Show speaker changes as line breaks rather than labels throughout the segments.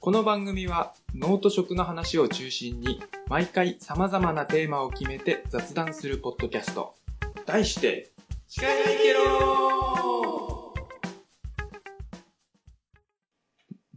この番組は脳と食の話を中心に毎回様々なテーマを決めて雑談するポッドキャスト。題して、近いけろ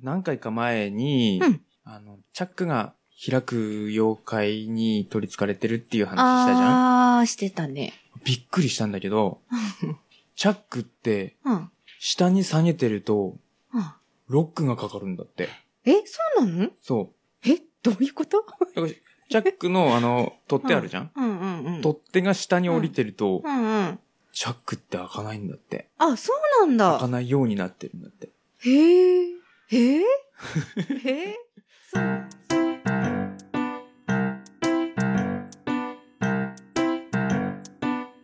何回か前に、
うん
あの、チャックが開く妖怪に取り憑かれてるっていう話したじゃん
あー、してたね。
びっくりしたんだけど、 チャックって
うん。
下に下げてると
うん
ロックがかかるんだって。
え、そうなの
そう。
え、どういうこと
チャックの、あの、取っ手あるじゃん、
うんうんうん。
取っ手が下に降りてると、
うんうん。
チャックって開かないんだって。
あ、そうなん
開か
だ。
ないようになってるんだって。
へえ。へえ。へえ。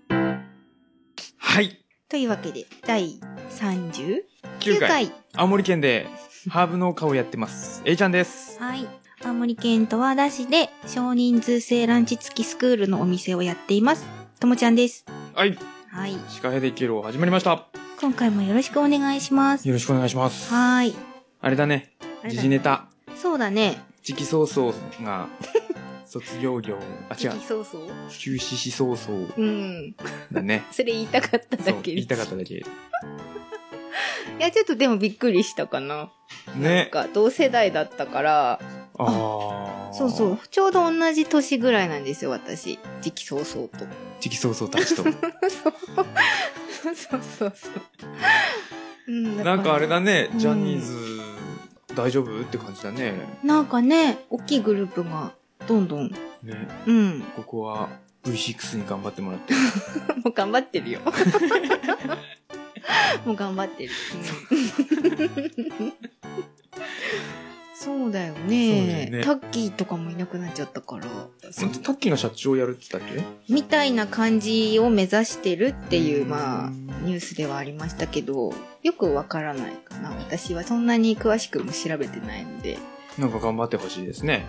はい
というわけで、第39
!9 回
回。
青森県で、ハーブ農家をやってます。A ちゃんです。
はい。青森県十和田市で少人数制ランチ付きスクールのお店をやっています。ともちゃんです。
はい
はい。
シカヘデキロ始まりました
今回もよろしくお願いします。
よろしくお願いします。
はーい。
あれだね、
あれ
時
だ
事ネタ、
そうだね。
時期早々が、 卒業業、あ、違う、
そうそう。
休止し早々
うん。。
だね
それ言いたかった
そ
だ
う、
け
言
で
い
す
たかっただけ。
いや、ちょっとでもびっくりしたかな。なん
ね。
か、同世代だったから、
ああ。
そうそう。、ちょうど同じ年ぐらいなんですよ、私。時期早々と。
時期早々たち と。
そうそうそうそう。うん
なんかあれだね、
ね。うん
ジャニーズ大丈夫って感じだね。
なんかね、大きいグループが、どんどん、
ね、
うん。
ここは V6 に頑張ってもら って。
もう頑張ってるよ。もう頑張ってる。うんそうだよね
そうだよね
タッキーとかもいなくなっちゃったから。
本当タッキーが社長やるって言ったっけ
みたいな感じを目指してるっていう、まあ、
うん
ニュースではありましたけど、よくわからないかな。私はそんなに詳しくも調べてないので。
なんか頑張ってほしいですね。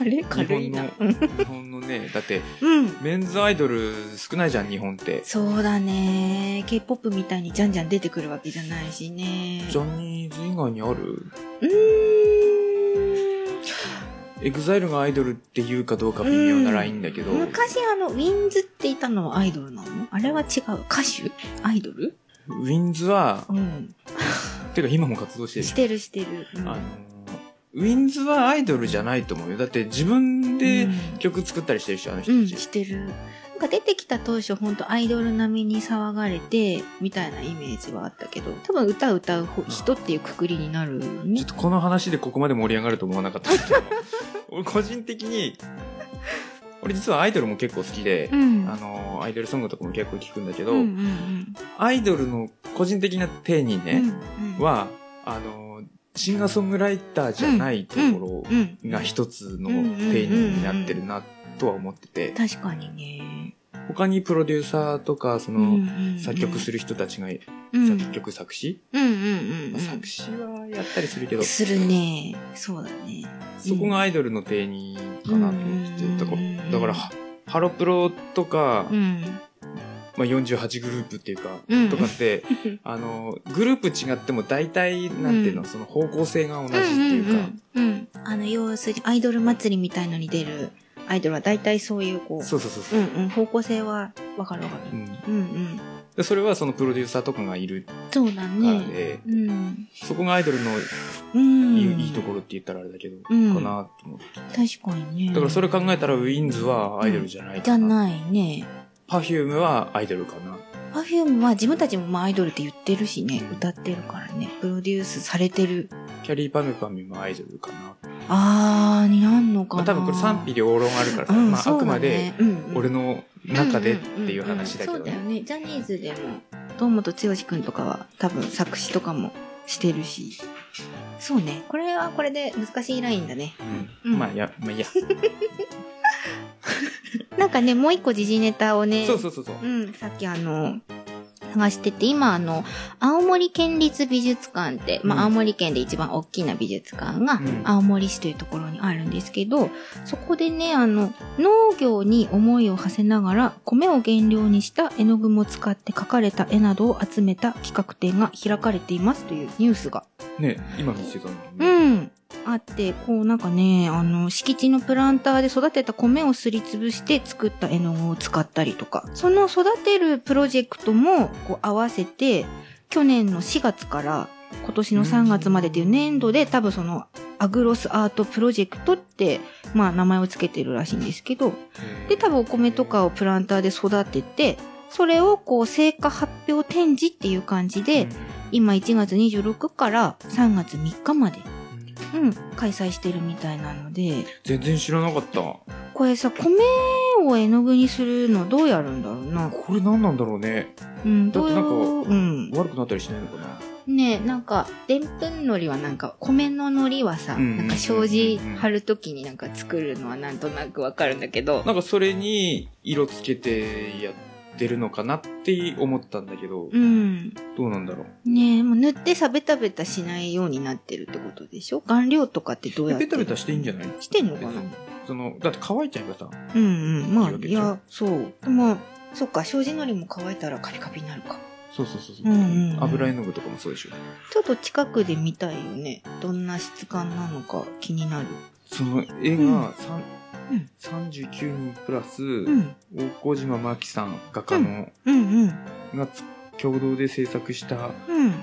あれ軽いな。
日
うん
日本のね、 だって
うん。
メンズアイドル少ないじゃん、日本って。
そうだね。K-POP みたいにじゃんじゃん出てくるわけじゃないしね。
ジャニーズ以外にある
うーん。
エグザイルがアイドルっていうかどうか微妙なラインだけど、
昔あの、ウィンズっていたのはアイドルなのあれは違う。歌手アイドル
ウィンズは、
うん。
てか今も活動してる
してるしてる。うん
あの、ウィンズはアイドルじゃないと思うよ。だって自分で
うん
曲作ったりしてる人、あの
うん、
人たち。
してる。なんか出てきた当初、ほんとアイドル並みに騒がれて、みたいなイメージはあったけど、多分歌歌う方人っていうくくりになるよ
ちょ
ね
っ。とこの話でここまで盛り上がると思わなかったんですけ ど俺個人的に俺実はアイドルも結構好きで
う、ん。
あのアイドルソングとかも結構聞くんだけど、
うんうんうん
アイドルの個人的な定義
うん
ね、
うん、
はあのシンガーソングライターじゃないとこ
う
ろ
ん、
が一つの定義になってるなとは思ってて
確かにね。
他にプロデューサーとかその作曲す
る、
る人たちが
うん、
作曲作詞、
うんうんうんうん。
作詞はやったりするけど
するね。そうだね。
そこがアイドルの定義かなと思ってて、
うん
だから、だからハ、ハロプロとか、
うん。
まあ、48グループっていうか、
うん
とか って、あの、グループ違っても大体、なんていうの、
うん
その方向性が同じっていうか、
うんうんうんうんあの、要するにアイドル祭りみたいのに出るアイドルは大体そういうこう、
そうそうそうそうう、
んうん、方向性はわかるわかる。
うん
うんうん。
で。それはそのプロデューサーとかがいるか
そうだ
ら
ね。
で、
うん。
そこがアイドルの
うん。
いい,、いいところって言ったらあれだけど、
うん
かなと思って。
確かにね。
だからそれ考えたら、ウィンズはアイドルじゃない
じゃ
かな。
ないね。
パフュームはアイドルかな。
パフュームは自分たちもまあアイドルって言ってるしね
う、ん
歌ってるからね、プロデュースされてる。
キャリーパミュパミュもアイドルかな。
あー、になんのか
まあ、
な。
多分これ賛否両論あるからさ、
うん
まあ、あくまで、、
そうだねうんうん
俺の中でっていう話だけど
うんうんうんそうだよ
ね。
ねジャニーズでも堂本剛くんとかは多分作詞とかもしてるしそうねこれはこれで難しいラインだね
う
うんん
まあ、や、まあ、いや。
なんかねもう一個時事ネタを ね
そうそうそうそう。
うん、さっきあの探してて今あの青森県立美術館って、ま
うん
あ、青森県で一番大きな美術館が
うん
青森市というところにあるんですけど、そこでねあの農業に思いを馳せながら米を原料にした絵の具も使って描かれた絵などを集めた企画展が開かれていますというニュースが
ね、今見せたのに
う
ね。
んあってこうなんかねあの敷地のプランターで育てた米をすりつぶして作った絵の具を使ったりとかその育てるプロジェクトもこう合わせて去年の4月から今年の3月までっていう年度で多分そのアグロスアートプロジェクトって、まあ名前を付けてるらしいんですけど、で多分お米とかをプランターで育てて、それをこう成果発表展示っていう感じで、今1月26から3月3日まで、うん、開催してるみたいなので、
全然知らなかったこ
これさ、米を絵の具にするのどうやるんだろうな。
れ何なんだろうね
うん、どう
だってなん
うん。
悪くなったりしないのかな
ねえ、なんか、でんぷんのりはなんか、米ののりはさ、
うんうんうんうん
なんか障子貼るときになんか作るのはなんとなくわかるんだけど、
なんかそれに色つけてやってるのかなって思ったんだけど
うん。
どうなんだろう
ねえ、もう塗ってさ、ベタベタしないようになってるってことでしょ顔料とかってどうやって
ベタベタしていいんじゃない
してんのかな
そのだって乾いちゃえばさ
うんうん。まあ、
いいわけで
い
しょ
や、そう。でも、そっか、障子のりも乾いたらカピカピになるか。
そうそうそうそううん
うん
油絵の具とかもそうでしょ
ちょっと近くで見たいよね。どんな質感なのか気になる。
その絵
うん
がさん
うん
39人プラス、
うん。
大小島真紀さん画家の、
うんうん。
がつ共同で制作した
うん。
明日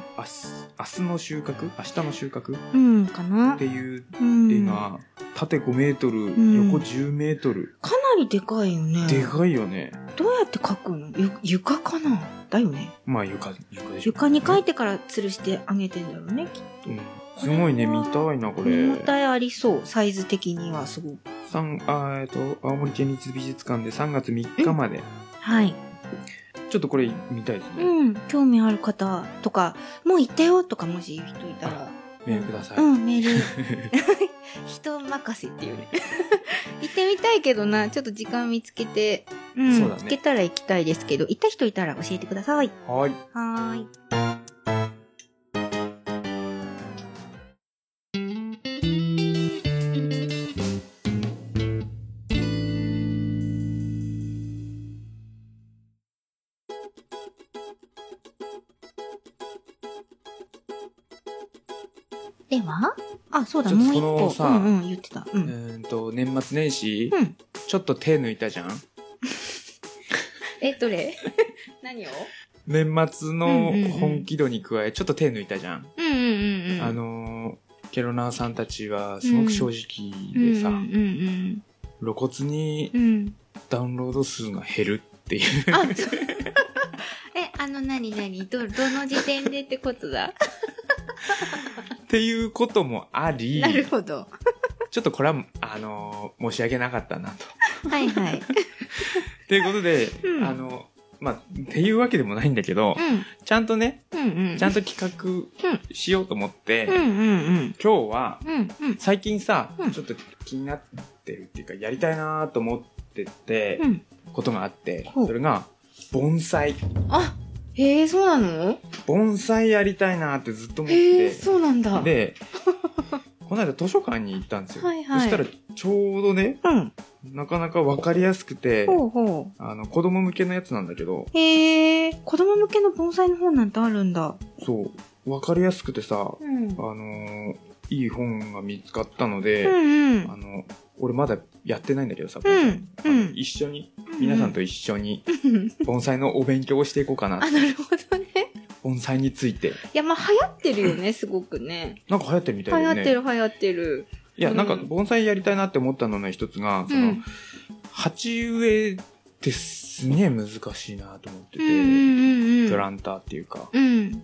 「明日の収穫明日の収穫」っ
うん、かな
ていう
うん。
絵が縦5メートル、
ん
横10メートル、
かなりでかいよね。
でかいよね
どうやって描くのゆ床かなだよね。
まあ床床でしょ
床に描いてから吊るしてあげてんだろうね。
うんすごいね見たいなこれ
見応えありそう。サイズ的にはすごく。
三あーえっと青森県立美術館で3月3日まで
はい。
ちょっとこれ見たいですね、
うん。興味ある方とか、もう行ったよとかもし言う人いたら。
メールください、
うん、メール。 人任せっていうね。 行ってみたいけどな、ちょっと時間見つけて、うん、
そうだね
行けたら行きたいですけど、行った人いたら教えてください。
はい
はーい。ではあ、そうだ、
ちょっと
もう一
その
個。
さ
うんうん、言ってた。う。
うんーんと年末年始、
うん。
ちょっと手抜いたじゃん
え、どれ 何を
年末の本気度に加えちょっと手抜いたじゃん、
うんうんうんうん。
あのーケロナーさんたちはすごく正直でさ、
うんうん
露骨に
うんうん。
ダウンロード数が減るっていう
あ、そうえ、あの、なになにど、どの時点でってことだ。
っていうこともあり
なるほど。
ちょっとこれはあのー申し訳なかったなと。
はいはい。
ということで、
うん
あのまあっていうわけでもないんだけど、
う
ちゃんとね
ん。うんうん。
ちゃんと企
うん
画しようと思って、
うんうんうん。
今日は
うんうん。
最近さ、
うん
ちょっと気になってるっていうかやりたいなと思ってて。
うん。
ことがあって、
ほう
それが盆栽
あ、へえ、そうなの
盆栽やりたいなってずっと思っ
へ
て
え、そうなんだ。
で この間図書館に行ったんですよ、
はいはい
そしたらちょうどね
うん。
なかなか分かりやすくて
ほうほ
あの子供向けのやつなんだけど
う。へえ、子供向けの盆栽の本なんてあるんだ。
そう分かりやすくてさ、
うん。
あのーいい本が見つかったので、
うんうん
あ。の俺まだやってないんだけどさ、盆
う
栽
ん。
あ
う
の
ん。
一緒に皆さんと一緒に
うん。
盆栽のお勉強をしていこうかな
あ、なるほどね。
盆栽について
いや、まあ、流行ってるよね、すごくね。
なんか流行ってるみ
流
たいだよ
行っ
ね
てる、流行ってる。
いや、
うん
なんか盆栽やりたいなって思ったのの一つが、そうの、
ん。
鉢植えってすげえ難しいなと思って
うん
て、
うんうんうん。
プランターっていうか、
うん。
ん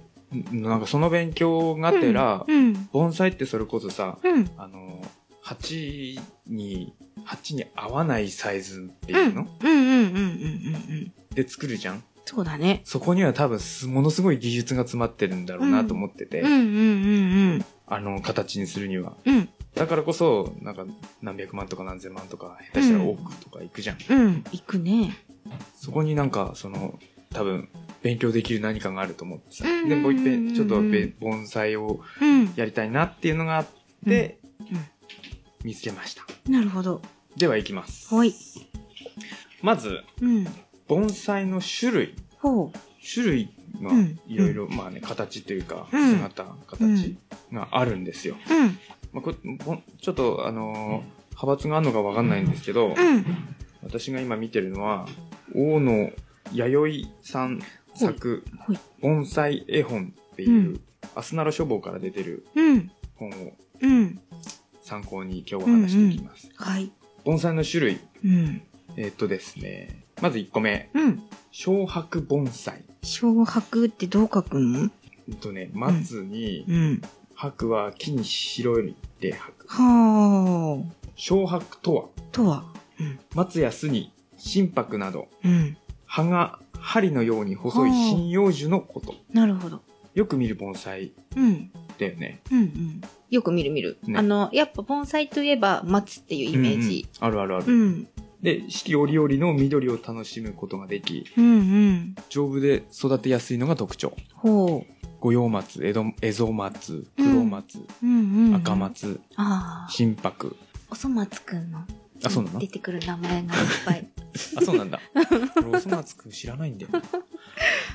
なんかその勉強がてら、
うん。
盆栽ってそれこそさ、
うん。
あの、鉢に、鉢に合わないサイズって
う
い
ん。
うの、
うんうんうんうんうんうん。
で作るじゃん
そうだね。
そこには多分すものすごい技術が詰まってるんだろうなと思ってて、
うんうんうん
あの形にするには。
うん。うん。
だからこそ、なんか何百万とか何千万とか、下手したら多くとかいくじゃん
うん。行くね。
そこになんかその多分勉強できる何かがあると思ってさ、
うん
でもう一
うん
遍ちょっとべ盆栽を
うん。
やりたいなっていうのがあって、
うんうん
見つけました
なるほど。
ではいきます
ほい。
まず
うん。
盆栽の種類
ほ
種類が
うん
いろいろまあね形というか
うん
姿、形があるんですよ
う。うん。
まあ、こほんちょっと、あのー派閥があるのかわかんないんですけど、
うん。
私が今見てるのは、大野弥生さん作
ほいほい、
盆栽絵本っていう、
うん
アスナロ書房から出てる
うん。
本を
うん。
参考に今日は話していきます。
はい。
盆栽の種類、
うん。
えーっとですね、まず1個目、
うん。
小白盆栽。
小白ってどう書くの
えっとね、松に、
うん。
白は木に白いで白。
は
小白とは、
あ。とは。
松や巣に心白など、
うん。
葉が針のように細い
はあ
針葉樹のこと。
なるほど。
よく見る盆栽
うん。
だよね。
うんうん。よく見る見る。
ね
あの、やっぱ盆栽といえば松っていうイメージ。
うんうんあるあるある。
うん。
で、四季折々の緑を楽しむことができ、
うんうん。
丈夫で育てやすいのが特徴。
ほ
五葉松、江戸、蝦夷松、黒松、
う。うんうん。
赤。松、
ああ。
新白。
おそ松くんの。
あ、そうなの
出てくる名前がいっぱ い。
あ、そう なんだ。俺、おそ松くん知らないんだよな。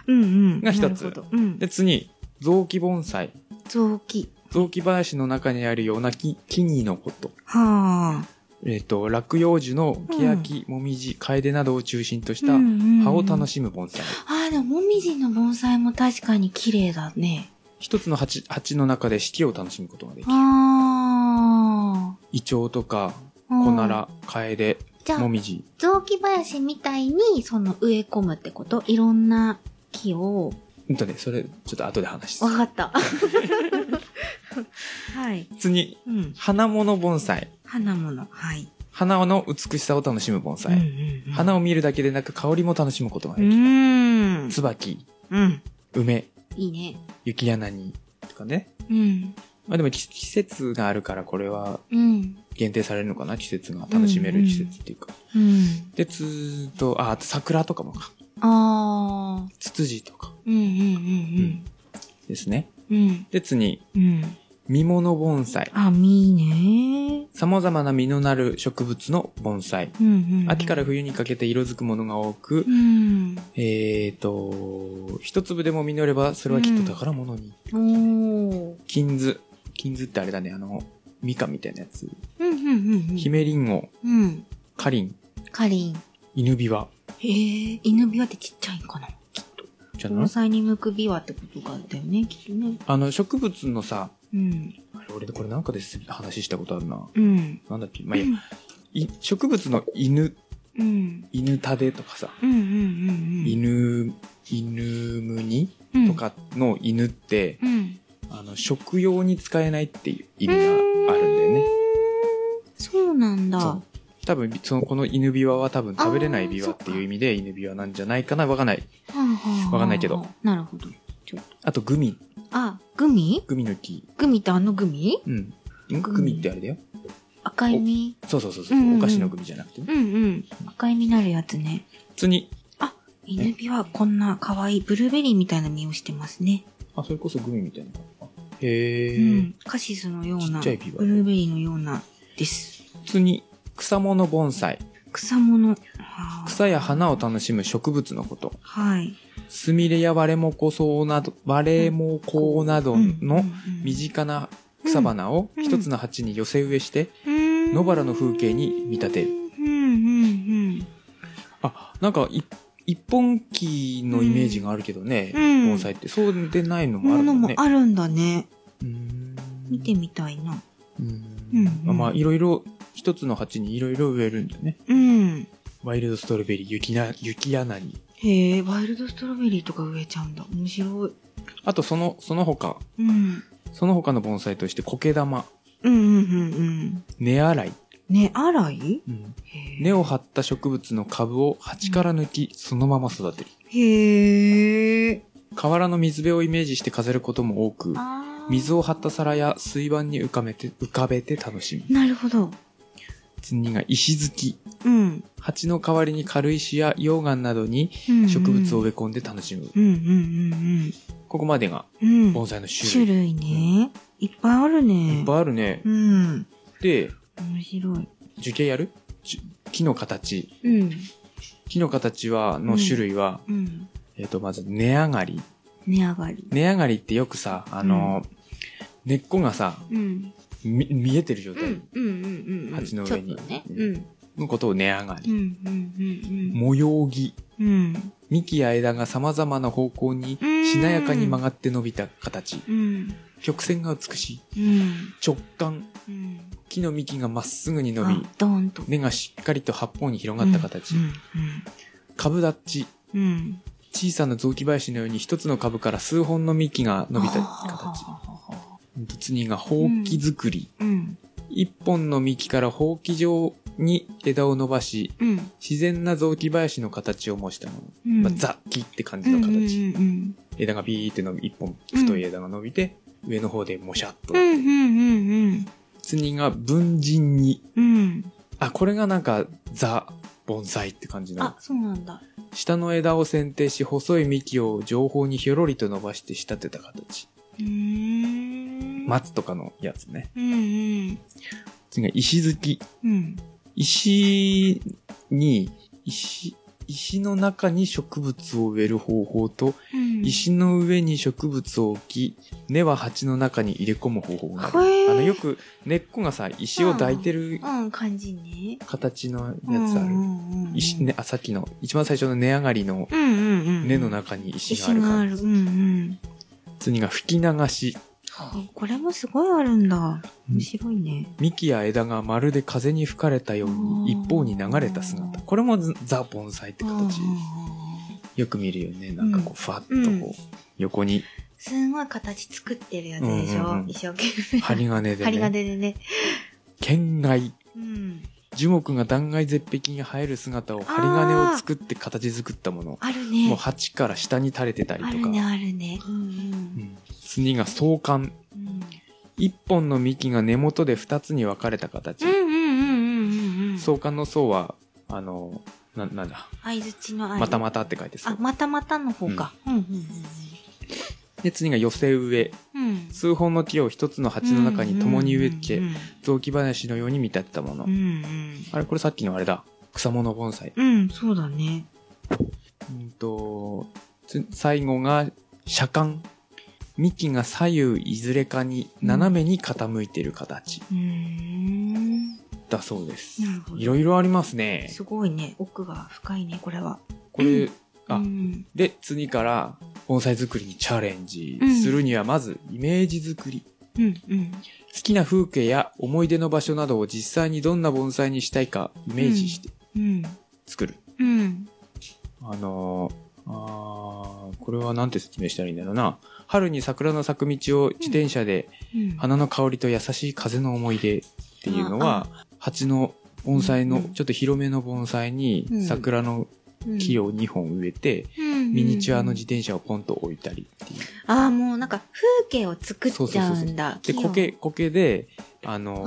うんうん。
が一つ
なるほどうん。
で、次、雑木盆栽。
臓器。
雑木林の中にあるような木、木々のこと。
はあ。
えっ、と、落葉樹のケヤキ、もみじ、カエデなどを中心とした、葉
葉
を楽しむ盆栽。
ああ、でも、もみじの盆栽も確かに綺麗だね。
一つの鉢、鉢の中で四季を楽しむことができる。
あ
イチョウとか、
あ。
コナラ、カエデ、
じゃ
モ
あ、
ミジ。
雑木林みたいに、その植え込むってこといろんな木を。
うんとね、それ、ちょっと後で話し
わ
ます。
かった。はい。
次、
うん。
花物盆栽。
花物。はい。
花の美しさを楽しむ盆栽。
うんうんうん、
花を見るだけでなく香りも楽しむことが
う
できる。
ーん。
椿、
うん。
梅、
いいね。
雪柳とかね。
うん。
まあでも季季節があるからこれは
うん。
限定されるのかな季節が楽しめる季節っていうか。
うん。
で、つーっと、あ、あと桜とかもか。
ああ。
ツツジとか
うんうんうん
ですね。
うん。うん。
で、次、
うん。
実物盆栽。
あ、みーね
様々な実のなる植物の盆栽。
ー。うんうん。
秋から冬にかけて色づくものが多く
う、ん。
えーと、一粒でも実れば、それはきっと宝物に。
おー。
金図。金図ってあれだね、あの、ミカみたいなやつ。
うんうんうんうん。
ヒメリンゴ、
うん。
カリン、
かりん。
イヌビワ。
へえ、犬琵琶ってちっちゃいんかな
じゃな
盆
い
栽に向く琵琶ってことがあったよね、きっとね。
あの、植物のさ、
うん。
あれ俺これなんかです話したことあるな。
うん。
なんだっけまあ、いいや、い植物の犬、
うん。
犬タデとかさ、
うんうんうんうん。
犬、犬ムニ
犬
と。かの犬って、
うん。
あの、食用に使えないっていう意味があるんだよね。
そうなんだ。
そう多分、その、この犬ビワは多分食べれないビワっていう意味で犬ビワなんじゃないかなわかんない。わ
わ
かんないけど。
なるほど。
あと、グミ。
あ、グミ
グミの木。
グミってあのグミ
うん。んグミってあれだよ。
赤い実。
そうそうそうそう、
うんうん
お菓子のグミじゃなくてね。
うんうん。赤い実なるやつね。
普通に、
犬琵琶こんな可愛いブルーベリーみたいな実をしてますね。
あ、それこそグミみたいな。へ
う
え、
ん。カシスのよう
ちっ
な、
ちゃい琵琶
ブルーベリーのようなです。
普通に、草物盆栽。
草物。はあ
草や花を楽しむ植物のこと。
はい。
スミレやワレモコソウなど、ワレモコウなどの身近な草花を
うん
一つの鉢に寄せ植えして、
野
野原の風景に見立てる。
うんうん
あ、なんかい、一本木のイメージがあるけどね、
うん
盆栽って。そうでないの
うん。
もあ
も
るも
の
ん
も
ね。
あるんだね。
うーん
見てみたいな。
う
うん
ん。
うん
まあ、いろいろ、一つの鉢にいろいろ植えるんだよね。
うん。
ワイルドストロベリー、雪な、雪柳。
へえ、ワイルドストロベリーとか植えちゃうんだ。面白い。
あと、その、その他、
うん。
その他の盆栽として、苔玉、
うんうんうんうん。
根洗い、
ね、洗い
うん
へえ
根を張った植物の株を鉢から抜き、そのまま育てる。
へえ。
河原の水辺をイメージして飾ることも多く、
あー
水を張った皿や水盤に浮かべて、浮かべて楽しむ。
なるほど。
次が石づき。
うん。
鉢の代わりに軽石や溶岩などに
うんうん
植物を植え込んで楽しむ。
うんうん
ここまでが
うんうん。うん
盆。栽の種
種
類。
類ね。いっぱいあるね。
いっぱいあるね。
うん。
で、
面白い。
樹形やる樹木の形。
うん。
木の形は、の種類は、
うん。
えっ、と、まず、根上がり。
値上がり。
根上がりってよくさ、あの、根っこがさ、
うん。
み見えてる状
う
態
んうんうんうん。
鉢の上に
ちょっとね。うん。
のことを根上が
う
り、
んうん
模様木
うんうん。うん。
幹や枝が様々な方向にしなやかに曲がって伸びた形
うん。
曲線が美しい
うん。
直感
うん。
木の幹がまっすぐに伸
あ
び、
ドーンと。
根がしっかりと八方に広がった形、
うん
株立ち
うん。うん。
小さな雑木林のように一つの株から数本の幹が伸びた形
は
次がほうき作り、
あうん。
一本の幹からほうき状に枝を伸ばし
うん。
自然な雑木林の形を模したもの、
うん
まあ、ザ木って感じの形、
うんうん
枝がビーって伸び一本太い枝が伸びて、上の方でもしゃっと、
うん。うんうん
次が文人に
うんうん。うん。
あこれがなんかザ盆栽って感じの
あ、そうなんだ。
下の枝を剪定し細い幹を上方にひょろりと伸ばして仕立てた形
うーん。
松とかのやつね
うんうん。
次が石突き
うん。
石に石石の中に植物を植える方法と
うん。
石の上に植物を置き根は鉢の中に入れ込む方法がある、
へー
あのよく根っこがさ石を抱いてる
うん、感じね。
形のや
う
つ
ん
ある、
うんうんうん
石ね、あさっきの一番最初の根上がりの
うんうんうん。
根の中に石があ
石
る
が
か
あ
ら
る。うんうん。
次が吹き流し
あこれもすごいあるんだ。面白いね。
幹や枝がまるで風に吹かれたように
あー
一方に流れた姿これもザ・盆栽って形
うんうんうん
よく見るよねなんかこうふわっと
うん
こう横に
すごい形作ってるやつでし
うんうん
ょ
うん
一生懸
針金
命。
で
針
ね
金でね。
剣外
うん。
樹木が断崖絶壁に生える姿を針金を作って形作ったもの
ある
もう
ね。
鉢から下に垂れてたり
あ
と
る
か、
ね、あるね。うん
うん次が相関
うんうん。
一本の幹が根元で二つに分かれた形
うんうんうんうんうんうん。
相関の層はあのななんだ
相づちの相
またまたって書いてそ
あ、
う
またまたの方か。うんうん
で次が寄せ植え
うんうん。
数本の木を一つの鉢の中に共に植えて
うん
雑木林のように見立てたもの、
うんうん。
あれこれさっきのあれだ草物盆栽
うん、そうだね。
うんとつ最後が車間幹が左右いずれかに斜めに傾いてる形
うーん。
だそうです、
なるほど
いろいろありますね
すごいね。奥が深いね、これは。
これ、
う
あ
うん。
で次から盆栽作りにチャレンジするにはまずイメージ作り、
うん、うん。
好きな風景や思い出の場所などを実際にどんな盆栽にしたいかイメージして
うん。
作る。
うん。
あのー、あーこれはなんて説明したらいいんだろうな。春に桜の咲く道を自転車で
うん。
花の香りと優しい風の思い出っていうのは、鉢の盆栽
う
の
ん
ちょっと広めの盆栽に
うん
桜の木
を、
を2本植えて、
うん
ミニチュアの自転車をポンと置いたりっていう。
ああ、もうなんか風景を作っちゃうんだ。
で、苔、苔で、あの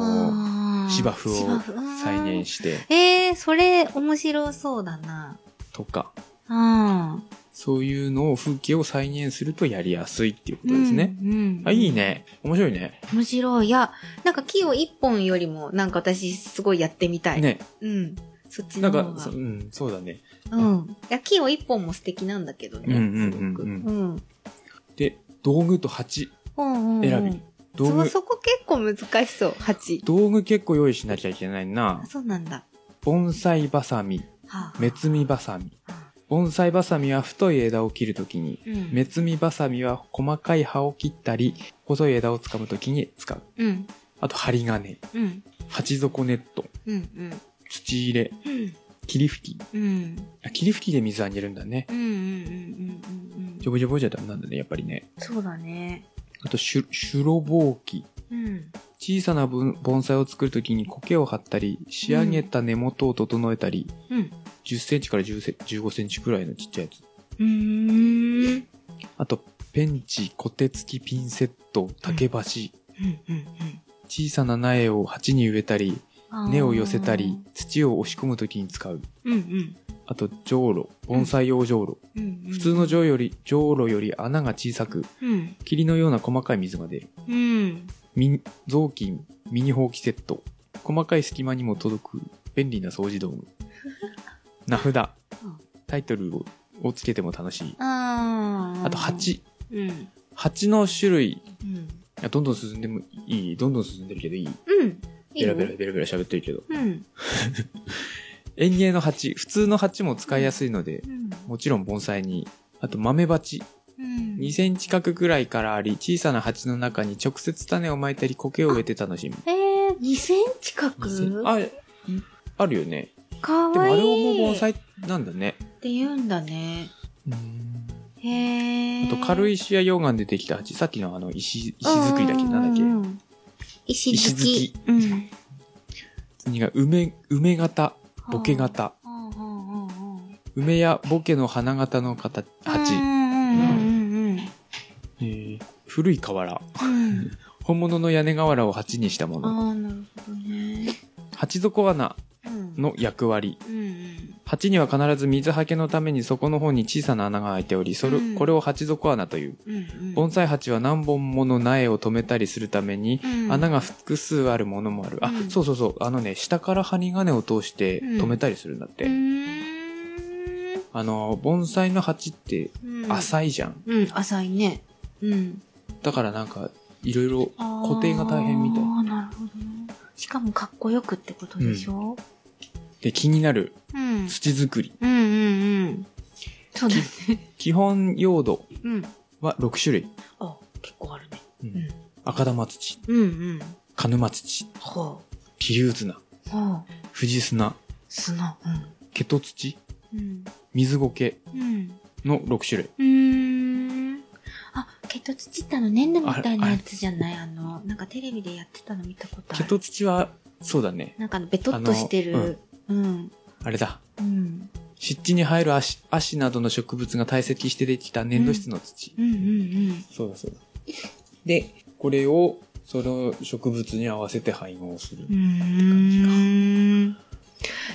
ー、芝
芝
生を再現
し
して
えー、それ面白そうだな。
とか。
ああ。
そういうのを風景を再現するとやりやすいっていうことですね。
うん。うん
あ、いい。ね。面白いね。
面白い。いや、なんか木を一本よりも、なんか私すごいやってみたい。。
ね。
うん。そっち
な
の
ん
方が。
か、そうん、そうだね。
うん。いや、木を一本も素敵なんだけどね。
うんうんうんうん
すごく。うん。
で、道具と鉢。
うんうんうん。
選び。道
そう
具、
そこ結構難しそう、鉢。
道具結構用意しなきゃいけない
あ
な。
そうなんだ。
盆栽バサミ、
はあ、
目摘みバサミ。
はあ
盆栽バサミは太い枝を切るときに、
うん。
目摘みバサミは細かい葉を切ったり、細い枝を掴むときに使う。
うん。
あと、針金、
うん。
鉢底ネット、
うん。うん。
土入れ、
うん。
霧吹き。
うん。
あ霧吹きで水あげるんだね。
うん。うん。うん。うん。
ジョボジョボじゃダメなんだね、やっぱりね。
そうだね。
あと、しゅ、しゅろぼうき。
うん。
小さなぶん盆栽を作るときに苔を張ったり、仕上げた根元を整えたり、
うん。
10センチから10セ15センチくらいのちっちゃいやつ。
うーん。
あと、ペンチ、コテ付きピンセット、竹箸、
うん。うん。うん
小さな苗を鉢に植えたり、
あー
根を寄せたり、土を押し込むときに使う。
うんうん。
あと、じょうろ、盆栽用じょうろ。
うん。うん
普通のじょうより、じょうろより穴が小さく、
うん。
霧のような細かい水が出る。
うん。
ミニ雑巾、ミニほうきセット。細かい隙間にも届く便利な掃除道 具。名札
うん。
タイトルををつけても楽しい。
あー
あと、。鉢。
うん。
鉢の種類。
うん。
いやどんどん進んでもいいどんどん進んでるけどいい
うん。いい
ベ
よ
ラベラベラベラ喋ってるけど
うん。
園芸の鉢普通の鉢も使いやすいので
うん。
もちろん盆栽にあと豆鉢
うん
2センチ角くらいからあり小さな鉢の中に直接種をまいたり苔を植えて楽しむ
えー、2センチ角
ああるよね
か
でも
わ
あれ
い
をもう
い。
盆
っ
栽なんだね
て言うんだね。へ
あ
ー。
と軽
い
石や溶岩でできた鉢さっきのあの石石造りだっけなんだっけ
石
石
づ
づ
き
き。
うん。
次が梅梅型ボケ型
うんうんうんうん。
梅やボケの花型の形鉢
うんうんうんうん
えー古い瓦
うん。
本物の屋根瓦を鉢にしたもの
ああ、なるほどね。
鉢底穴
うん。
の役割
うんうん。
鉢には必ず水はけのために底の方に小さな穴が開いておりそれ、
うん
これを鉢底穴という
うんうん。
盆栽鉢は何本もの苗を止めたりするために、
うん
穴が複数あるものもあるあ、
うん
そうそうそうあのね下から針金を通して
うん
止めたりするんだって、
うーん。
あの盆栽の鉢って
うん。
浅いじゃん、
うん、浅いね。うん。
だからなんかいろいろ
あー
固定が大変みたい
ああ、なるほどね。しかもかっこよくってことでしょ
で気になる
うん。
土作り
うんうんうん。そうだね。
基本用土
うん。
は6種類、
あ、結構あるね。
うん
うん
赤玉土
うんうん。
鹿沼土
ほ
桐生砂
う。ほう。
藤砂
砂。
ケト土
うん。うん。
水苔
うん。
の6種類
うーん。あ、ケト土ってあの粘土みたいなやつじゃないあの、なんかテレビでやってたの見たことあ
ケ
る。
ト土はそうだね
なんかあのベトっとしてる。うん。
あれだ
うん。
湿地に生える足足などの植物が堆積してできた粘土質の土、
うんうんうん。
そうだそうだでこれをその植物に合わせて配合する、
うーん。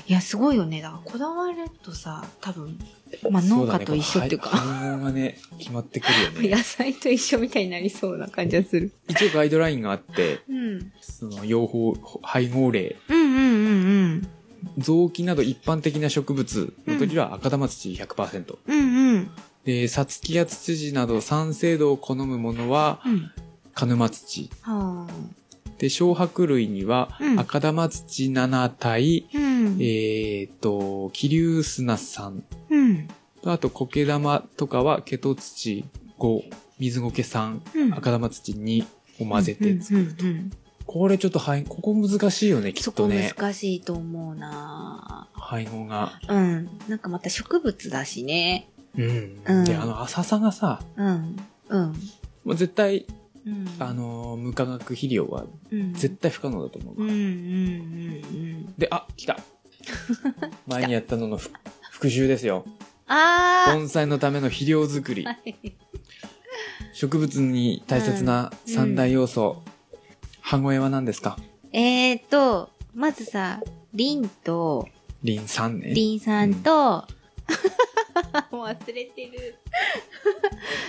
いや、すごいよね。だから、こだわるとさ、多分、まあ、
そう
農
だ
家
ね
と一緒っていう
この
か、
配配合がね決まってく るよ
野
ね
菜と一緒みたいになりそうな感じがする。
一応ガイドラインがあって
うん。うん
その養蜂配合例
うんうんうん。
雑木など一般的な植物の時は赤玉土100%、
うんうん。
でサツキやツツジなど酸性度を好むものは
うん。
鹿沼土
はあ。
で小白類には
うん
赤玉土7体、
うん。
えー、と桐生砂さん
うん。
あと苔玉とかはケト土5水苔3
うん。
赤玉土2を混ぜて、
うんうんうん。
これちょっと配ここ難しいよねき
そ
っ
こと
ね
難しいと思うな
配合が
うん。なんかまた植物だしね。
うん、
うん
であの浅さがさ
うん。うん。
もう絶対
うん。
あ、のー無化学肥料は
うん。
絶対不可能だと思う、
うんうんうんうん。
で、あ、 来た。前にやったののふ復習ですよ。
あ
盆栽のための肥料作り
あ。
植物に大切な
うん
三大要素。葉越えは何ですか
えーと、まずさ、リンと、
リン酸ね。
リンさんと、もう忘れて る。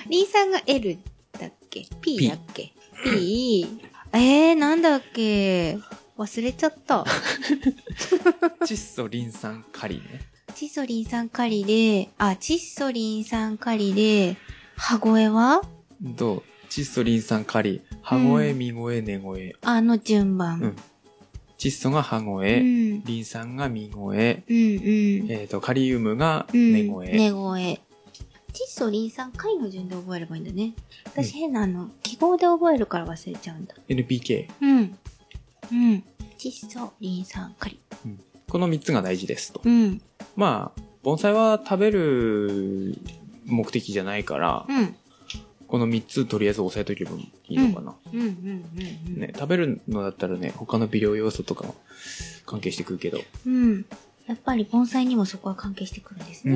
リンさんが L だっけ ?P だっけ ?P? えー、なんだっけ忘れちゃった。
窒素、リン酸、カリね。
チッソリン酸カリで、あ、チッソリン酸カリで、歯声は
と、窒素、リン酸、カリ。葉越え、実越え、根越え。
あの順番。
うん窒素が葉越
う
え、
ん。
リン酸が実越え、
うんうん。
えっ、と、カリウムが
うん
根越え。
寝声。窒素、リン酸、貝の順で覚えればいいんだね。私変なあの、記号で覚えるから忘れちゃうんだ。
NPK。
うん。うん。窒素、リン酸、貝。
この3つが大事ですと。
うん。
まあ、盆栽は食べる目的じゃないから、
うん。
この3つとりあえず押さえとけばいいのかな、
うんうんうんうん。
ね、食べるのだったらね他の微量要素とかも関係してくるけど、
うん。やっぱり盆栽にもそこは関係してくるんですね。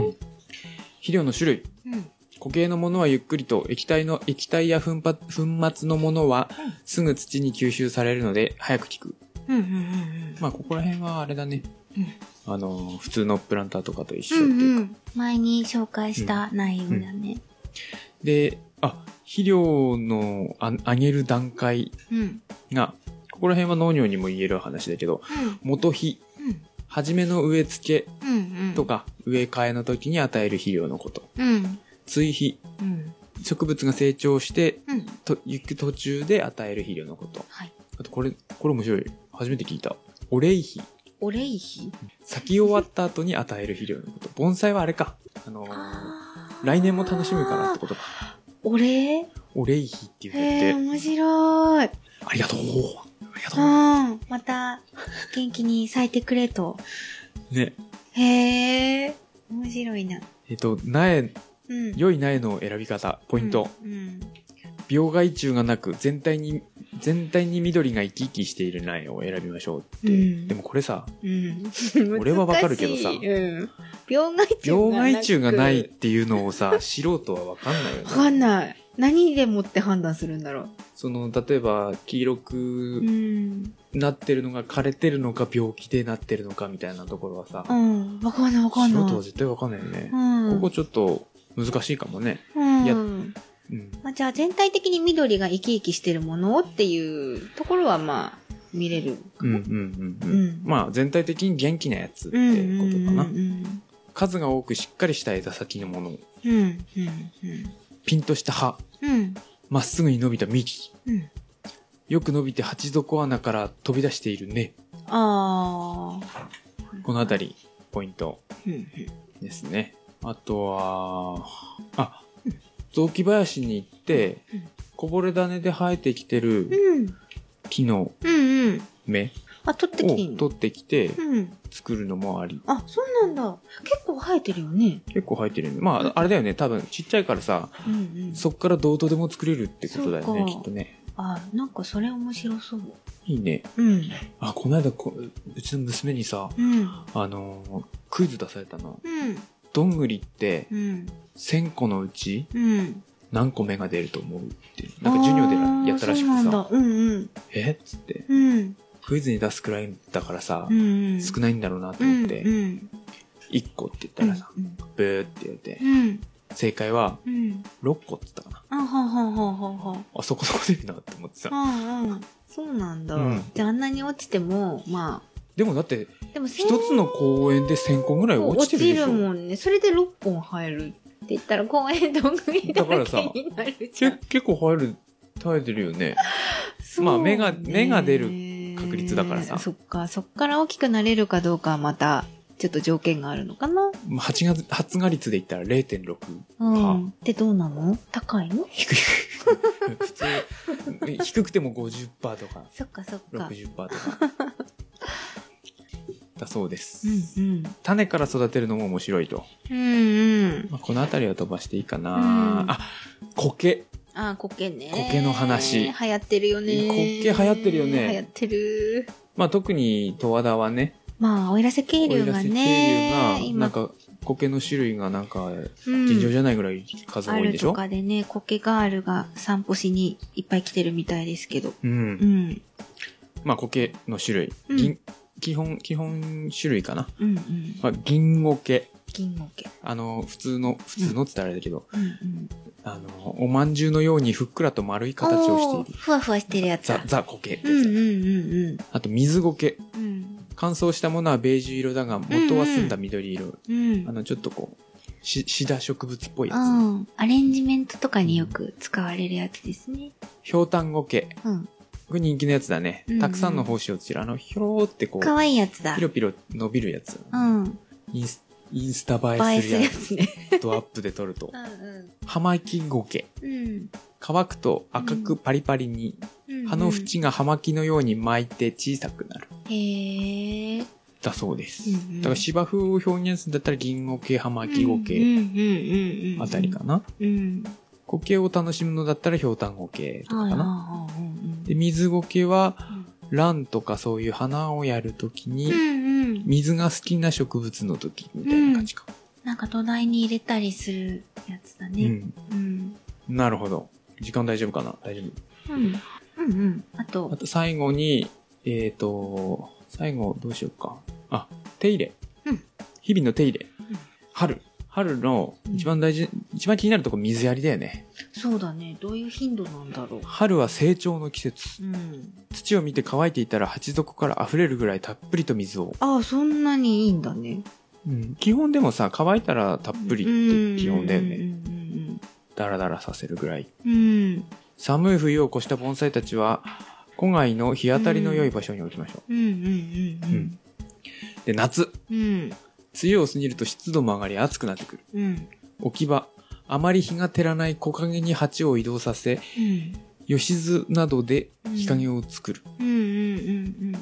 肥料の種類
うん。
固形のものはゆっくりと液体の液体や粉発粉末のものは
うん
すぐ土に吸収されるので早く効く
うんうんうん
まあここら辺はあれだね、あの普通のプランターとかと一緒
う
って
ん。うん
いう
う
か、
ん。前に紹介した内容だね。
であ肥料のあ上げる段階
うん。
がここら辺は農業にも言える話だけど
うん。
元肥
うん。
初めの植え付け
うん。うん。
と。か植え替えの時に与える肥料のこと
うん。
追肥
うん。
植物が成長して、
うん
と行く途中で与える肥料のこと。
はい
あとこれ、これ面白い。初めて聞いた。お礼肥。
お礼費
咲き終わった後に与える肥料のこと。盆栽はあれか。あのー来年も楽しむからってことか。
お礼
お礼肥って言
へえ
って、
面白い
ありがとうありがと
うんまた元気に咲いてくれと
うね。
へえ面白いな
えっと、苗、
うん
良い苗の選び方、ポイント。
うん、うん
病害虫がなく全体に全体に緑が生き生きしている苗を選びましょうって、
うん
でもこれさ
うん、
俺はわかるけどさ
難しいうん、病害虫
病害
なく
虫がないっていうのをさ素人は分かんないよね
わかんない何でもって判断するんだろ
その例えば黄色
う
く
うん
なってるのが枯れてるのか病気でなってるのかみたいなところはさ、
うんわかんないわかん
素
ない
人は絶対分かんないよね、
うん、
ここちょっと難しいかもね、
うん
やうん、
まあ、じゃあ全体的に緑が生き生きしてるものっていうところはまあ見れるか
うんうん
な
うんうん、
うん
まあ全体的に元気なやつって
うん
ことかな、
うん
数が多くしっかりした枝先のもの
うんうんうん
ピンとした葉
うん
まっすぐに伸びた幹
うん
よく伸びて鉢底穴から飛び出しているね。
ああ
このあたり、ポイント
うんうん
ですね。あとは、あ、雑木林に行って
うん、
こぼれ種で生えてきてる
うん
木の
うんうん
芽
あ取ってきていい
を
の
取ってきて
うん
作るのもあり。
あそうなんだ結構生えてるよね
結構生えてるよね。まあ、あれだよね。多分、ちっちゃいからさ、
うんうん
そっからどうとでも作れるってことだよね、
そうか
きっとね。
あなんかそれ面白そう
いいね。
うん
あ、この間こ、うちの娘にさ、
うん
あのー、クイズ出されたの。
うん
どんぐりって、
うん
1000個のうち
うん
何個芽が出ると思うっていうなんか授業で
あー
やったらし
そう
く
なん
さ
だうんうん
「えっ?」つって
うん
クイズに出すくらいだからさ、
うんうん
少ないんだろうなと思って、
うんうん
1個って言ったらさ、
うん
ブーって言って、
うん
正解は
うん
6個って言ったかな
あははははは
あそこそこ出るなって思ってさ、
うんうんそうなんだ、
うん
じゃああんなに落ちてもま
でもだって
あでも
1つの公園で1000個ぐらい落ちてるでし
落ちる
ょ
もんねそれで6本入るって言ったら公園どんぐりだらけになるじゃん
け結構入る耐えてるよね
そう
まあ芽が芽が出る確率だからさ
そっかそっから大きくなれるかどうかはまたちょっと条件があるのかな
まあ発芽発芽率で言ったら0.6
うんでどうなの高いの
低い普通低くても50%とか
そっかそっか
60%とかだそうです、
うんうん
種から育てるのも面白いと、
うんうん
まあ、この辺りは飛ばしていいかな、
うん
あ苔
あー苔ね
苔の話
流行ってるよね
苔流行ってるよね
流行ってる
まあ特に十和田はね
まあ、奥入瀬渓流
奥
がね、
入瀬渓流が
今
なん、か苔の種類がなんか
うん
尋常じゃないぐらい数
あ
多いん
る
でしょ、
と
うん
かでね、苔ガールが散歩しにいっぱい来てるみたいですけど。うん、
まあ苔の種類、
うん
銀基本基本種類かな、
うん、うん。
まあ、銀苔
銀苔。
あの普通の普通のって言ったらあれだけど、
うん、うん。
あのおまんじゅうのようにふっくらと丸い形をしている
おーふわふわしてるやつ
ザ
だ。・
ザ・苔です、
うん、うん、うん、
あと水苔
うん。うん、
乾燥したものはベージュ色だが元は澄んだ緑色、
うん
あ。のちょっとこうしシダ植物っぽいやつ
うん。アレンジメントとかによく使われるやつですね。
ひょうたん苔
うん。
これ人気のやつだね、
うん
たくさんの胞子を散るあのひょろーってこ
か
う
わいいやつだ
ピ。ロピロ伸びるやつ、
うん。
インスインスタ映
映
えす
えす
る
る
や
やつね。
つとアップで撮ると
うん、
葉巻苔
うん。
乾くと赤くパリパリに、
うん。
葉の縁が葉巻のように巻いて小さくなる
うん。へえ。
だそうです、
うんうん
だから芝生を表現するんだったら銀苔葉巻
うん
苔
うんうんうんうん
あたりかな、
うん。
苔を楽しむのだったらひょうたん苔とか
はい
か
はい
な。
はいはいうん
で、水苔は、蘭とかそういう花をやるとき
う
に、
んうん。
水が好きな植物のときみたいな感じか。
なんか土台に入れたりするやつだ
う
ね。
ん。
うん。
なるほど。時間大丈夫かな大丈
うん。うんうん。あ
夫。あ
と、
と最後に、えっ、と、最後どうしようか。あ、手入れ。
うん
日々の手入れ。
うん
春。春の一番大事、一番気になるとこ水やりだよね。
そうだね。どういう頻度なんだろう。
春は成長の季節。
うん。
土を見て乾いていたら鉢底から溢れるぐらいたっぷりと水を。
ああ、そんなにいいんだね。
うん、基本でもさ乾いたらたっぷりって基本だよね、
うんうんうんうん。
ダラダラさせるぐらい
うん。
寒い冬を越した盆栽たちは戸外の日当たりの良い場所に置きましょ
うんうんうん
う、で夏
うん。うん。
梅雨を過ぎると湿度も上がり暑くなってくる
うん。
置き場あまり日が照らない木陰に鉢を移動させ
うん。
吉酢などで日陰を作る、
うんうん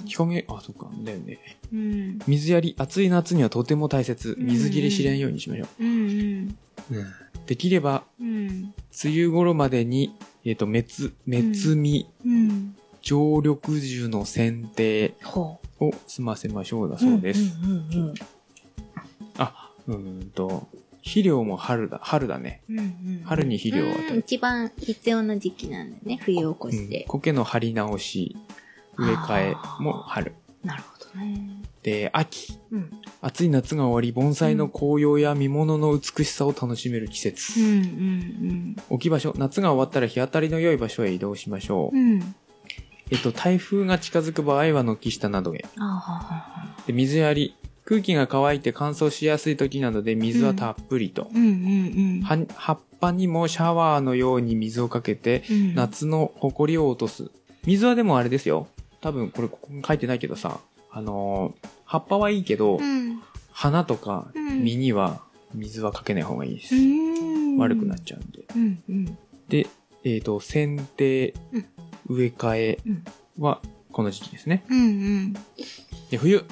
日陰あそうかだよね
うんうん。
水やり暑い夏にはとても大切
うん
水切れしないようにしましょ
うんうん
う、できれば
うん。
梅雨頃までにえっ、とめつめつみ、
うん。
常緑樹の剪定
ほ
を済ませましょうだ
う。
そうです、
うんうん
あ、うーんと、肥料も春だ、春だね。
うんうん。
春に肥料を与え
うん
る。
一番必要な時期なんだよね冬を越
うん
して、
苔の張り直し、植え替えも春。
なるほどね。
で、秋。
うん。
暑い夏が終わり、盆栽の紅葉や見物の美しさを楽しめる季節。
うんうん
置き場所、夏が終わったら日当たりの良い場所へ移動しましょう。
うん。うん。
えっと、台風が近づく場合は軒下などへ。
ああ。
で、水やり。空気が乾いて乾燥しやすい時などで水はたっぷりと。
うんうんうん。
は葉っぱにもシャワーのように水をかけて、
うん。
夏の埃を落とす。水はでもあれですよ。多分これここに書いてないけどさ、あのー葉っぱはいいけど、
うん。
花とか
うん
実には水はかけない方がいいです。
うん。
悪くなっ
ゃ
ちゃうんで。
う。うんうん。
で、えっ、と、剪定
うん、
植え替え
うん
はこの時期ですね。
うんうん。
で、冬、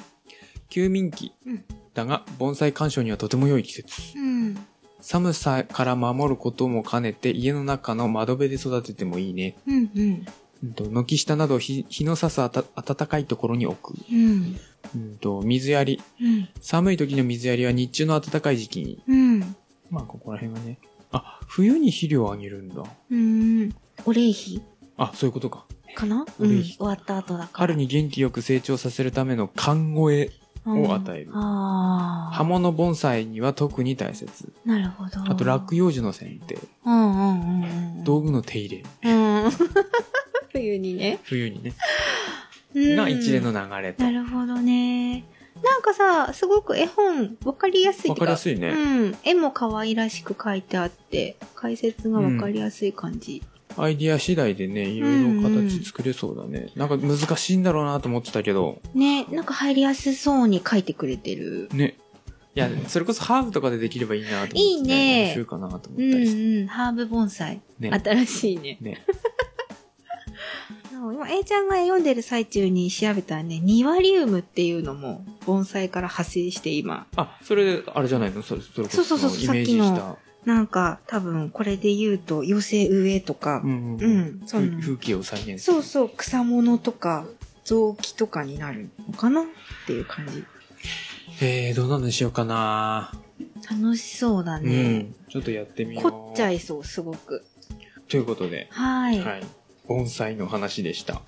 休眠期
うん
だが、盆栽鑑賞にはとても良い季節。
うん。
寒さから守ることも兼ねて、家の中の窓辺で育ててもいいね。
うんうん。
うんと軒下など日日の差すあた暖かいところに置く、
うん。
うん、と水やり
うん。
寒い時の水やりは日中の暖かい時期に
うん。
まあここら辺はねあ冬に肥料をあげるんだ
うん。お礼日
あそういうことか
かな
お
う
礼
ん。
日
終わった後だから。
春に元気よく成長させるための寒越えを与える
うんあ
葉
あ。
物盆栽には特に大切
なるほど。
あと落葉樹の剪定
うんうんうんうん。
道具の手入れ
うん。
冬にね
冬にね
うん
が一連の流れと
なるほどね。なんかさ、すごく絵本、わかりやすい
わ
ってう
かりやすいね、
うん。絵も可愛らしく描いてあって、解説がわかりやすい感じ。
アイディア次第でねいろいろ形作れそうだね、なんか難しいんだろうなと思ってたけど
ね、なんか入りやすそうに描いてくれてる。
ね。いや、それこそハーブとかでできればいいなと思って、
いいね
面白いかなと
う
思っ
ん
たりして。
うん。ハーブ盆栽。
ね。
新しいね
ね。
なお今、A ちゃんが読んでる最中に調べたらね、ニワリウムっていうのも盆栽から派生して今。
あ、それで、あれじゃないのそれ、それこそ。
そうそうそう
イメージ
さ
し。
ったなんか多分これで言うと妖精植えとか、
ん
うん
ふ
そうなの
風景を再現する。
そうそう、草物とか雑木とかになるのかなっていう感じ。
えー、どんなのにしようかな
楽しそうだ
う
ね。
ん。ちょっとやってみよう。
凝っちゃいそう、すごく。
ということで、
はい。
はい。盆栽の話でした。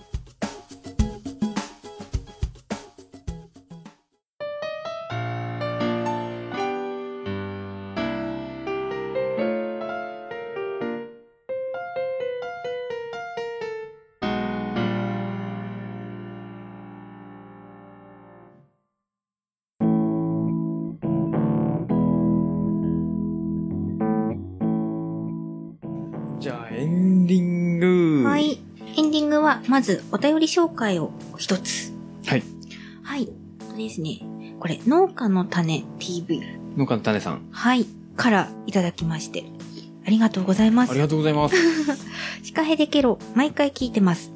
じゃあ、エンディング。
はい。エンディングは、まず、お便り紹介を一つ。
はい。
はい。あれですね。これ、農家の種 TV。
農家の種さん、
はい。からいただきまして。ありがとうございま
あ
す
り。がとうございます。
シカヘデケロ、毎回聞いてます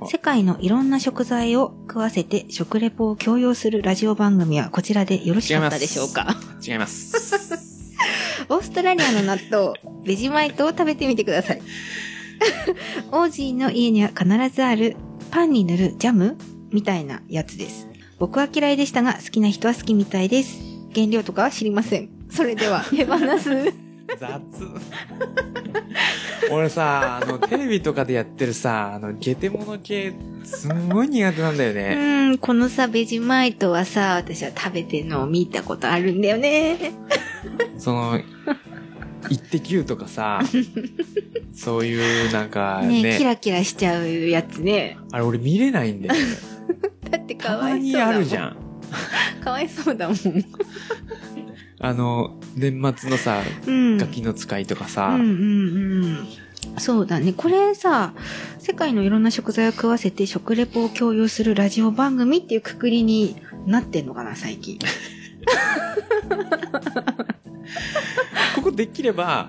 あ。
世界のいろんな食材を食わせて食レポを強要するラジオ番組はこちらでよろしかったでしょうか
違います。
オーストラリアの納豆、ベジマイトを食べてみてく ださい。オージーの家には必ずあるパンに塗るジャムみたいなやつです。僕は嫌いでしたが好きな人は好きみたいです。原料とかは知りません。それ では、手放す。
雑俺さあのテレビとかでやってるさあのゲテモノ系すんごい苦手なんだよ
う
ね
ーん、このさ、ベジマイトはさ、私は食べてるのを見たことあるんだよね。
その「イッテ Q!」とかさそういうなんかね
ねキラキラしちゃうやつね。
あれ俺見れないんだよね
だってか
た
わ
ま
いそう
に
だもん。
あるじゃん
かわいそうだもん。
あの年末のさ、
うん。
ガキの使いとかさ、
うんうんうん。そうだね。これさ、世界のいろんな食材を食わせて食レポを共有するラジオ番組っていうくくりになってんのかな、最近。
ここできれば、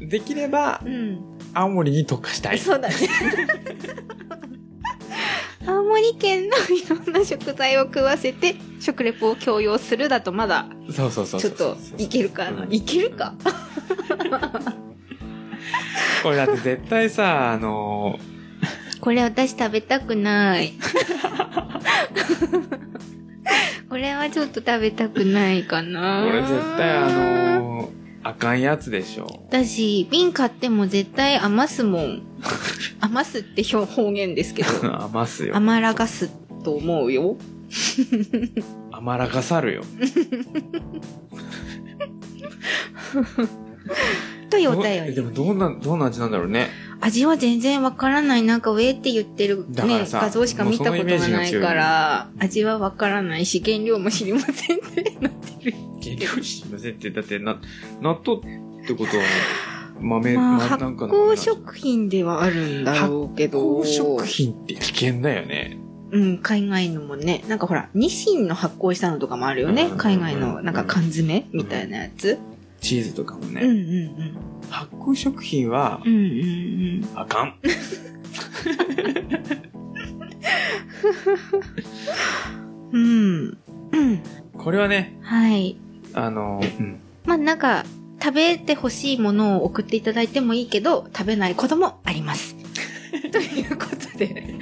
できれば、
うん。
青森に特化したい。
そうだね。
青森県のいろんな食材を食わせて食レポを共有するだとまだ
そうそうそう
ち
そ
ょ
う
っといけるかな。
うん
いけるか。
これだって絶対さ、あの
これ私食べたくない。これはちょっと食べたくないか
ー、
な。
これ絶対あのー、あかんやつでしょ。。
だし、瓶買っても絶対余すもん。余すって表方言ですけど
余すよ。
余らがすと思うよ。
甘らかさるよ。
という
ど
お便
で
り。
もどんな、どんな味なんだろうね。
味は全然わからない。なんかウェーって言ってる、
だか
ね
ら、さ
画像しか見たことがない
もうそのイメージが強
か
い
ら、味はわからないし、原料も知りませんってなってる。
原料知りませんって、だってな、納豆ってことは、豆、
ま
な
あ、発
なんかの
酵食品ではあるんだろうけど。
発酵食品って危険だよね。
うん、海外のもね。なんかほら、ニシンの発酵したのとかもあるよ
うん
ね
うんう。ん
海外の、なんか缶詰みたいなやつ。
チーズとかもね。
うんうんうん。
発酵食品は
う、んうんうん。
あかん。
うん。うん。
これはね、
はい。
あの、うん。
まあなんか、食べてほしいものを送っていただいてもいいけど、食べないこともあり ます。ということで。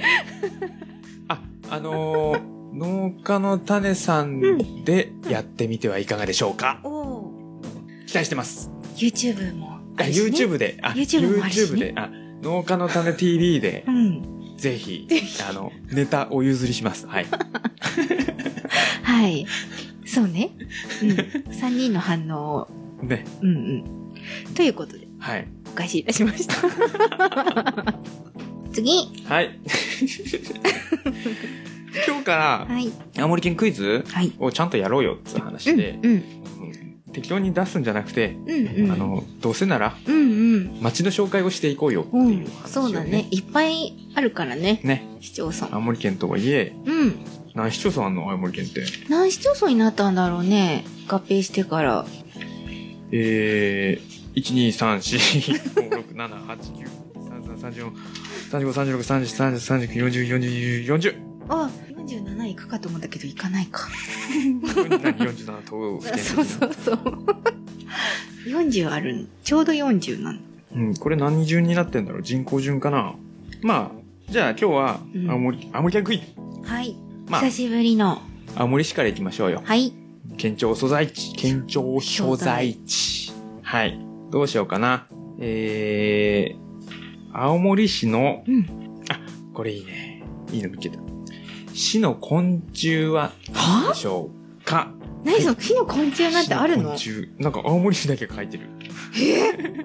あ、あのー農家の種さんでやってみてはいかがでしょうか、
おお。
期待してます。
YouTube も
あ
あるし、ね。
YouTube で、あ、
YouTube もあるしね
YouTube で、あ、農家の種 TV で
う、ん。
ぜひ、あの、ネタお譲りします。はい。
はい。そうね。うん。3人の反応を。
ね。
うんうん。ということで、
はい。
お返しいたしました。 次。
はい。 今日か
はい。
ら、青森県クイズ
はい。
をちゃんとやろうよっていう
う
話
ん
で、
うん。
うん適当に出すんじゃなくて、
うんうん。
あの、どうせなら、
うんうん。
街の紹介をしていこうよって
う
い
ん
う、話
そ
を、
うだね。。いっぱいあるからね、
ね。
市町村。
青森県とはいえ、
うん。
何市町村あんの青森県って。
何市町村になったんだろうね合併してから
えー、1234567893334353637383940404040
あ47行くかと思ったけど行かないか
47都道府県
そうそうそう40あるのちょうど40なの
うん、これ何順になってんだろう人口順かなまあじゃあ今日は
うん
青森,、青森県クイズ
はい、
まあ
久しぶりの
青森市から行きましょうよ
はい
県庁所在地県庁所在地はいどうしようかなえー、青森市の
うん
これいいね。いいの見っけた。死の昆虫は何でしょうか
何その死の昆虫なんてあるの
死昆虫。なんか青森市だけ書いてる。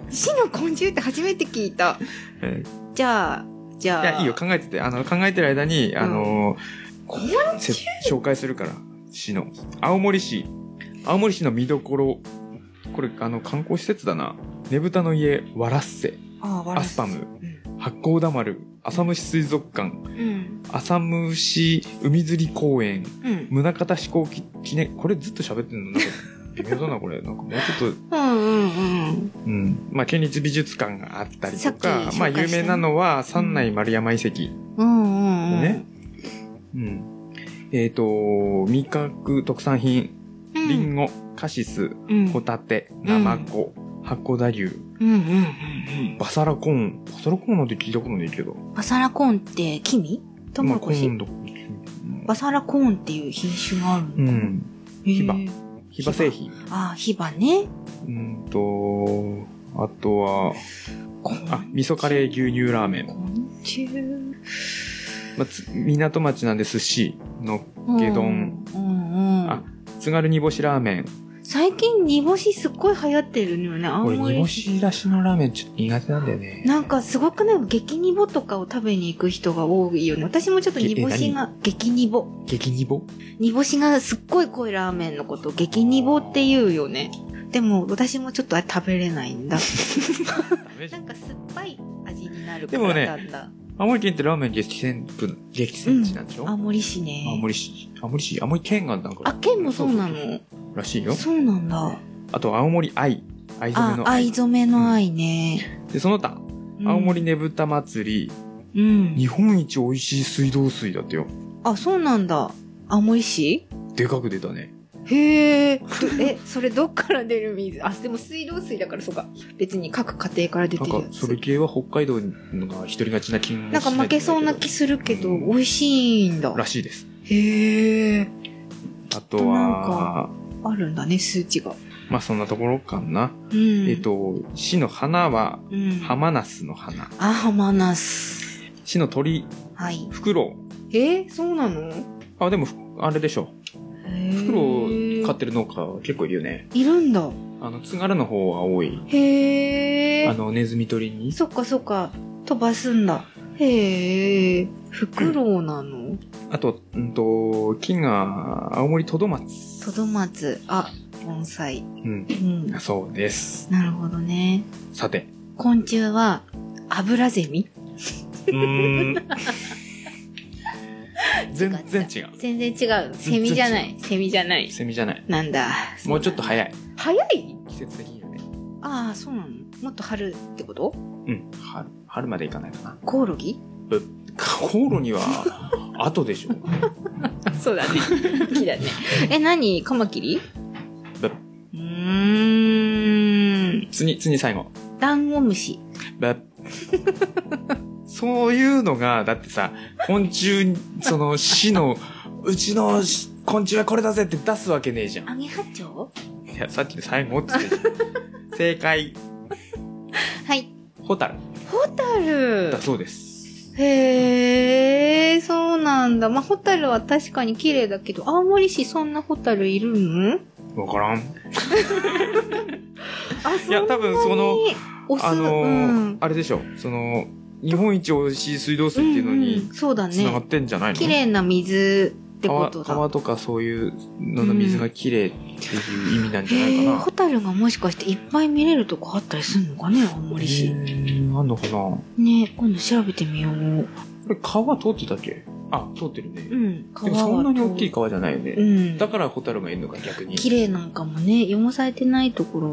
死の昆虫って初めて聞いた
え
じゃあじ
ー
ゃ
い
あ
や、いいよ。考えてて。あの、考えてる間に、あのーせ紹介するから。市の。青森市。青森市の見どころ。これ、あの、観光施設だな。ねぶたの家、わらっせ、
ああ
アスパム、
うん、
八甲田丸、浅虫水族館、
うん
浅虫海釣り公園、
うん
宗像飛行機記念、これずっと喋ってんのなんか微妙だな、 これ。なんかもうちょっと、
うんうんうん
うん。まあ、県立美術館があったり
さ
と
っき
か
紹介、した
まあ、
ね
有名なのは、三内丸山遺跡。
うんうんうん
ねうん。えっ、と、味覚、特産品、
う
リン
ん
ゴ、カシス、
うん
ホタテ、ナマコ、八甲田牛、
うんうんうん
バサラコーン。バサラコーンなんて聞いたことないけど。
バサラコーンって木々トウモロコシ、
まあコーンだ
バサラコーンっていう品種があるの。
うん。ヒバ
へー
ヒバ製品。
ああ、ヒバね。
うんと、あとは、
昆
あ、味噌カレー牛乳ラーメン。
昆虫。
まあ、つ港町なんで寿司の
ゲ
牛丼。
うんう
あ
ん。
津軽煮干しラーメン
最近煮干しすっごい流行ってるのよね、青
俺煮干
森。
しだしのラーメンちょっと苦手なんだよね
なんかすごくない激煮ぼとかを食べに行く人が多いよね。私もちょっと煮干しが、激煮ぼ。
激煮干
煮干しがすっごい濃いラーメンのこと、激煮ぼって言うよね。でも私もちょっとあれ食べれない んだ。
ダメじ
な
ゃん
んか酸っぱい味になる
で
か
も
ら
ね
なんだ。
青森県ってラーメン激戦区、激戦地なんでしょ、
青森市ね。
青森市、青森市、青森県がなんか。
あ、県もそうなの
らしいよ。
そうなんだ。
あと、青森愛。藍染め
あ、
の愛
藍。染めの愛ね。
で、その他、
うん
青森。ねぶた祭り、
うん。
日本一美味しい水道水だってよ。
あ、そうなんだ。青森市
でかく出たね。
へえ。
え、それどっから出る水あ、でも水道水だからそうか。別に各家庭から出
な
て
ん
るや
か、
つ。
それ系は北海道が一人勝ちな気もしない
なんか負けそうな気するけど、美味しいんだ。
らしいです。
へえ。
あとは、
あるんだね、数値が。
まあそんなところかな。
うん。
えっ、と、市の花は、
うん。
ハマナスの花。
あ、ハマナス。
市の鳥、
はい。
フクロ
えーそうなの
ウ。あ、でもふ、あれでしょ。フクロウ飼ってる農家は結構いるよね。
いるんだ。
あの、津軽の方は多い。
へえ
あ。の、ネズミ鳥に。
そっかそっか。飛ばすんだ。へえ。フクロウなの
あと、うんと、木が、青森トドマツ。
トドマツ。あ、盆栽。
うん
う。ん。
そうです。
なるほどね。
さ て。
昆虫は、アブラゼミ
うーん。 全然違う。
全然違う。セミじゃない。セミじゃない。
セミじゃない。
なんだ。
もうちょっと早い。
早い
季節的にはね。
ああ、そうなのもっと春ってこと
うん。春、春までいかないかな。
コオロ ギ
コ オロギは、後でしょ。
そうだね。木 だね。
え、何カマキリ
ぶ
うーん。
次、 次最後。
ダンゴムシ。
ぶ そういうのが、だってさ、昆虫、その、市の、うちのし昆虫はこれだぜって出すわけねえ じゃ
アゲハチョウ
ん。いや、さっきの最後って言ってたじゃん 正解、
はい。
ホタル
ホタル
だ。そうです。
へえ、そうなんだ。まあ、ホタルは確かに綺麗だけど、青森市そんなホタルいるの
わからん。
あ、
いや、
だ、
多分その、
お酢、
あのー
うん。
あれでしょ、その、日本一美味しい水道水っていうの
うん
に
うん、そうだ
繋がっ
ね。
てんじゃないの、
綺麗な水ってこ
川
とだ。
川とかそういうのの水が綺麗っていう意味なんじゃない
へえ、
かな
ホ。タルがもしかしていっぱい見れるとこあったりするのかね、青森市。
ーん、あんのかなこ
ね今度調べてみよう。
れ川通ってたっけあ、通ってるね。
うん、
で
川
も
は
そんなに大きい川じゃないよ
う
ね。
ん。
だからホタルがいるのか逆に。
綺麗なんかもね、汚されてないところ。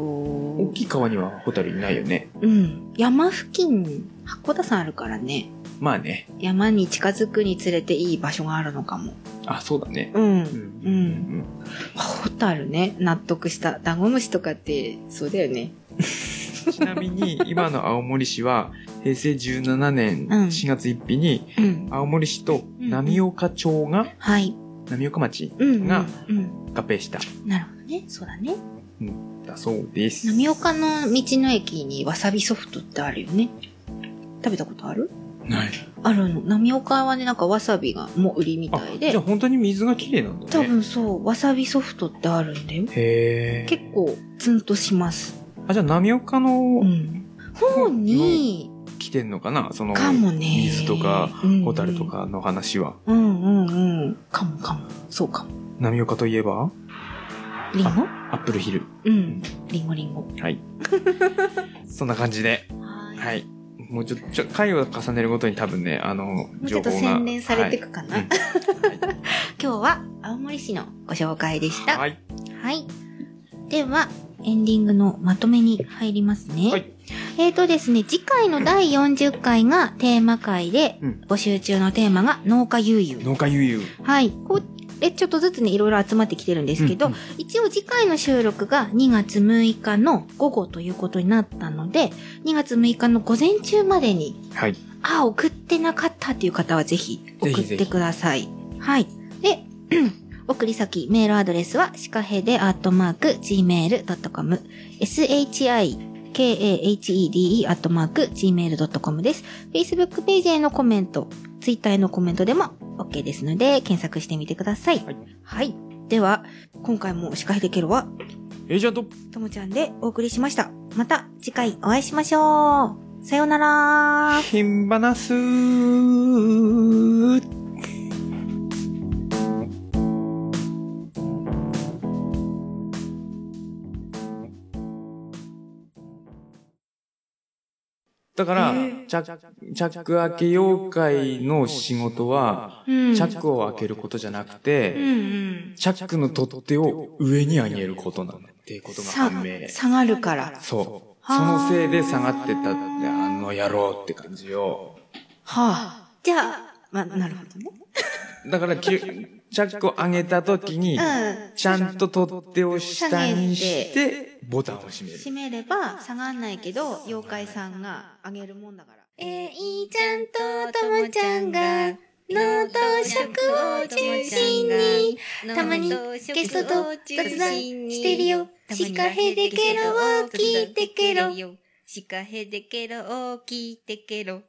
大きい川にはホタルいないよね。
うん。山付近、八甲田山あるからね。
まあね。
山に近づくにつれていい場所があるのかも。
あ、そうだね。
う
うん
ん。
うんうん
ホタルね、納得した。ダンゴムシとかって、そうだよね。
ちなみに今の青森市は平成17年
うん
4月1日に
うん。
青森市と
うん
浪岡町が、
はい。
浪岡町
うん、うん。
が
うん。
合併した
なるほどね。そうだね。
んだそうです。
浪岡の道の駅にわさびソフトってあるよね。食べたことある
ない。
あるの。浪岡はね、なんかわさびがもう売りみ
あ
たい、
じゃ
で
あ。本当に水が綺麗なんだ
多
ね。
分そう、わさびソフトってあるんだよ。
へえ。
結。構、ツンとします。
あ、じゃあ浪岡の
うん。方に、
来てんのかなその、
かもね。
水とか、
うんうん
ホタルと。かの話は。
うんうんうん。かもかも。そうかも。
浪岡といえば、
リンゴ
アップルヒル。
うん。リンゴリンゴ。
はい。 そんな感じで、
は。
はいい。もうちょ、ちょ、回を重ねるごとに多分ね、あの、
もうちょっと洗練されていくかな。
はい
今日は青森市のご紹介でし
うん
た。は。
はいい。
では、エンディングのまとめに入りますね。
はい
えーとですね、次回の第40回がテーマ回で
うん、
募集中のテーマが農家悠々。
農家ゆうゆう。
はい。これちょっとずつね、いろいろ集まってきてるんですけど、
うん
一応次回の収録が2月6日の午後ということになったので、2月6日の午前中までに、
はい。
あ、送ってなかったっていう方はぜひ
ぜ
送
ひ
っ
ぜひ
てください。はい。で、 送り先、メールアドレスは、シカヘデアットマーク、gmail.com、shi, k-a-h-e-d-e アットマーク、gmail.com です。Facebook ページへのコメント、Twitter へのコメントでも OK ですので、検索してみてください。
はい。
はい。では、今回もシカヘデケロは、
エージェント
ともちゃんでお送りしました。また次回お会いしましょう。さようなら。
ひんばなすーだから、
えー
チャッチャック開け妖怪の仕事は、
うん。
チャックを開けることじゃなくて、
うんうん。
チャックの取っ手を上に上げることなんだっていうことが判明。
下がるから。
そう。そ
は
の
あ
せいで下がってたって、あの野郎って感じよ。
はあ。じゃあ、まあ、なるほどね。
だから、きゅチャックを上げた時に、
うん。
ちゃんと取っ手を下にして、ボタンを閉める。
閉めれば下がんないけど、妖怪さんがあげるもんだから。
えいちゃんとともちゃんが脳と食を中心にたまにゲストと雑談してるよシカヘデケロを聞いてケロシカヘデケロを聞いてケロ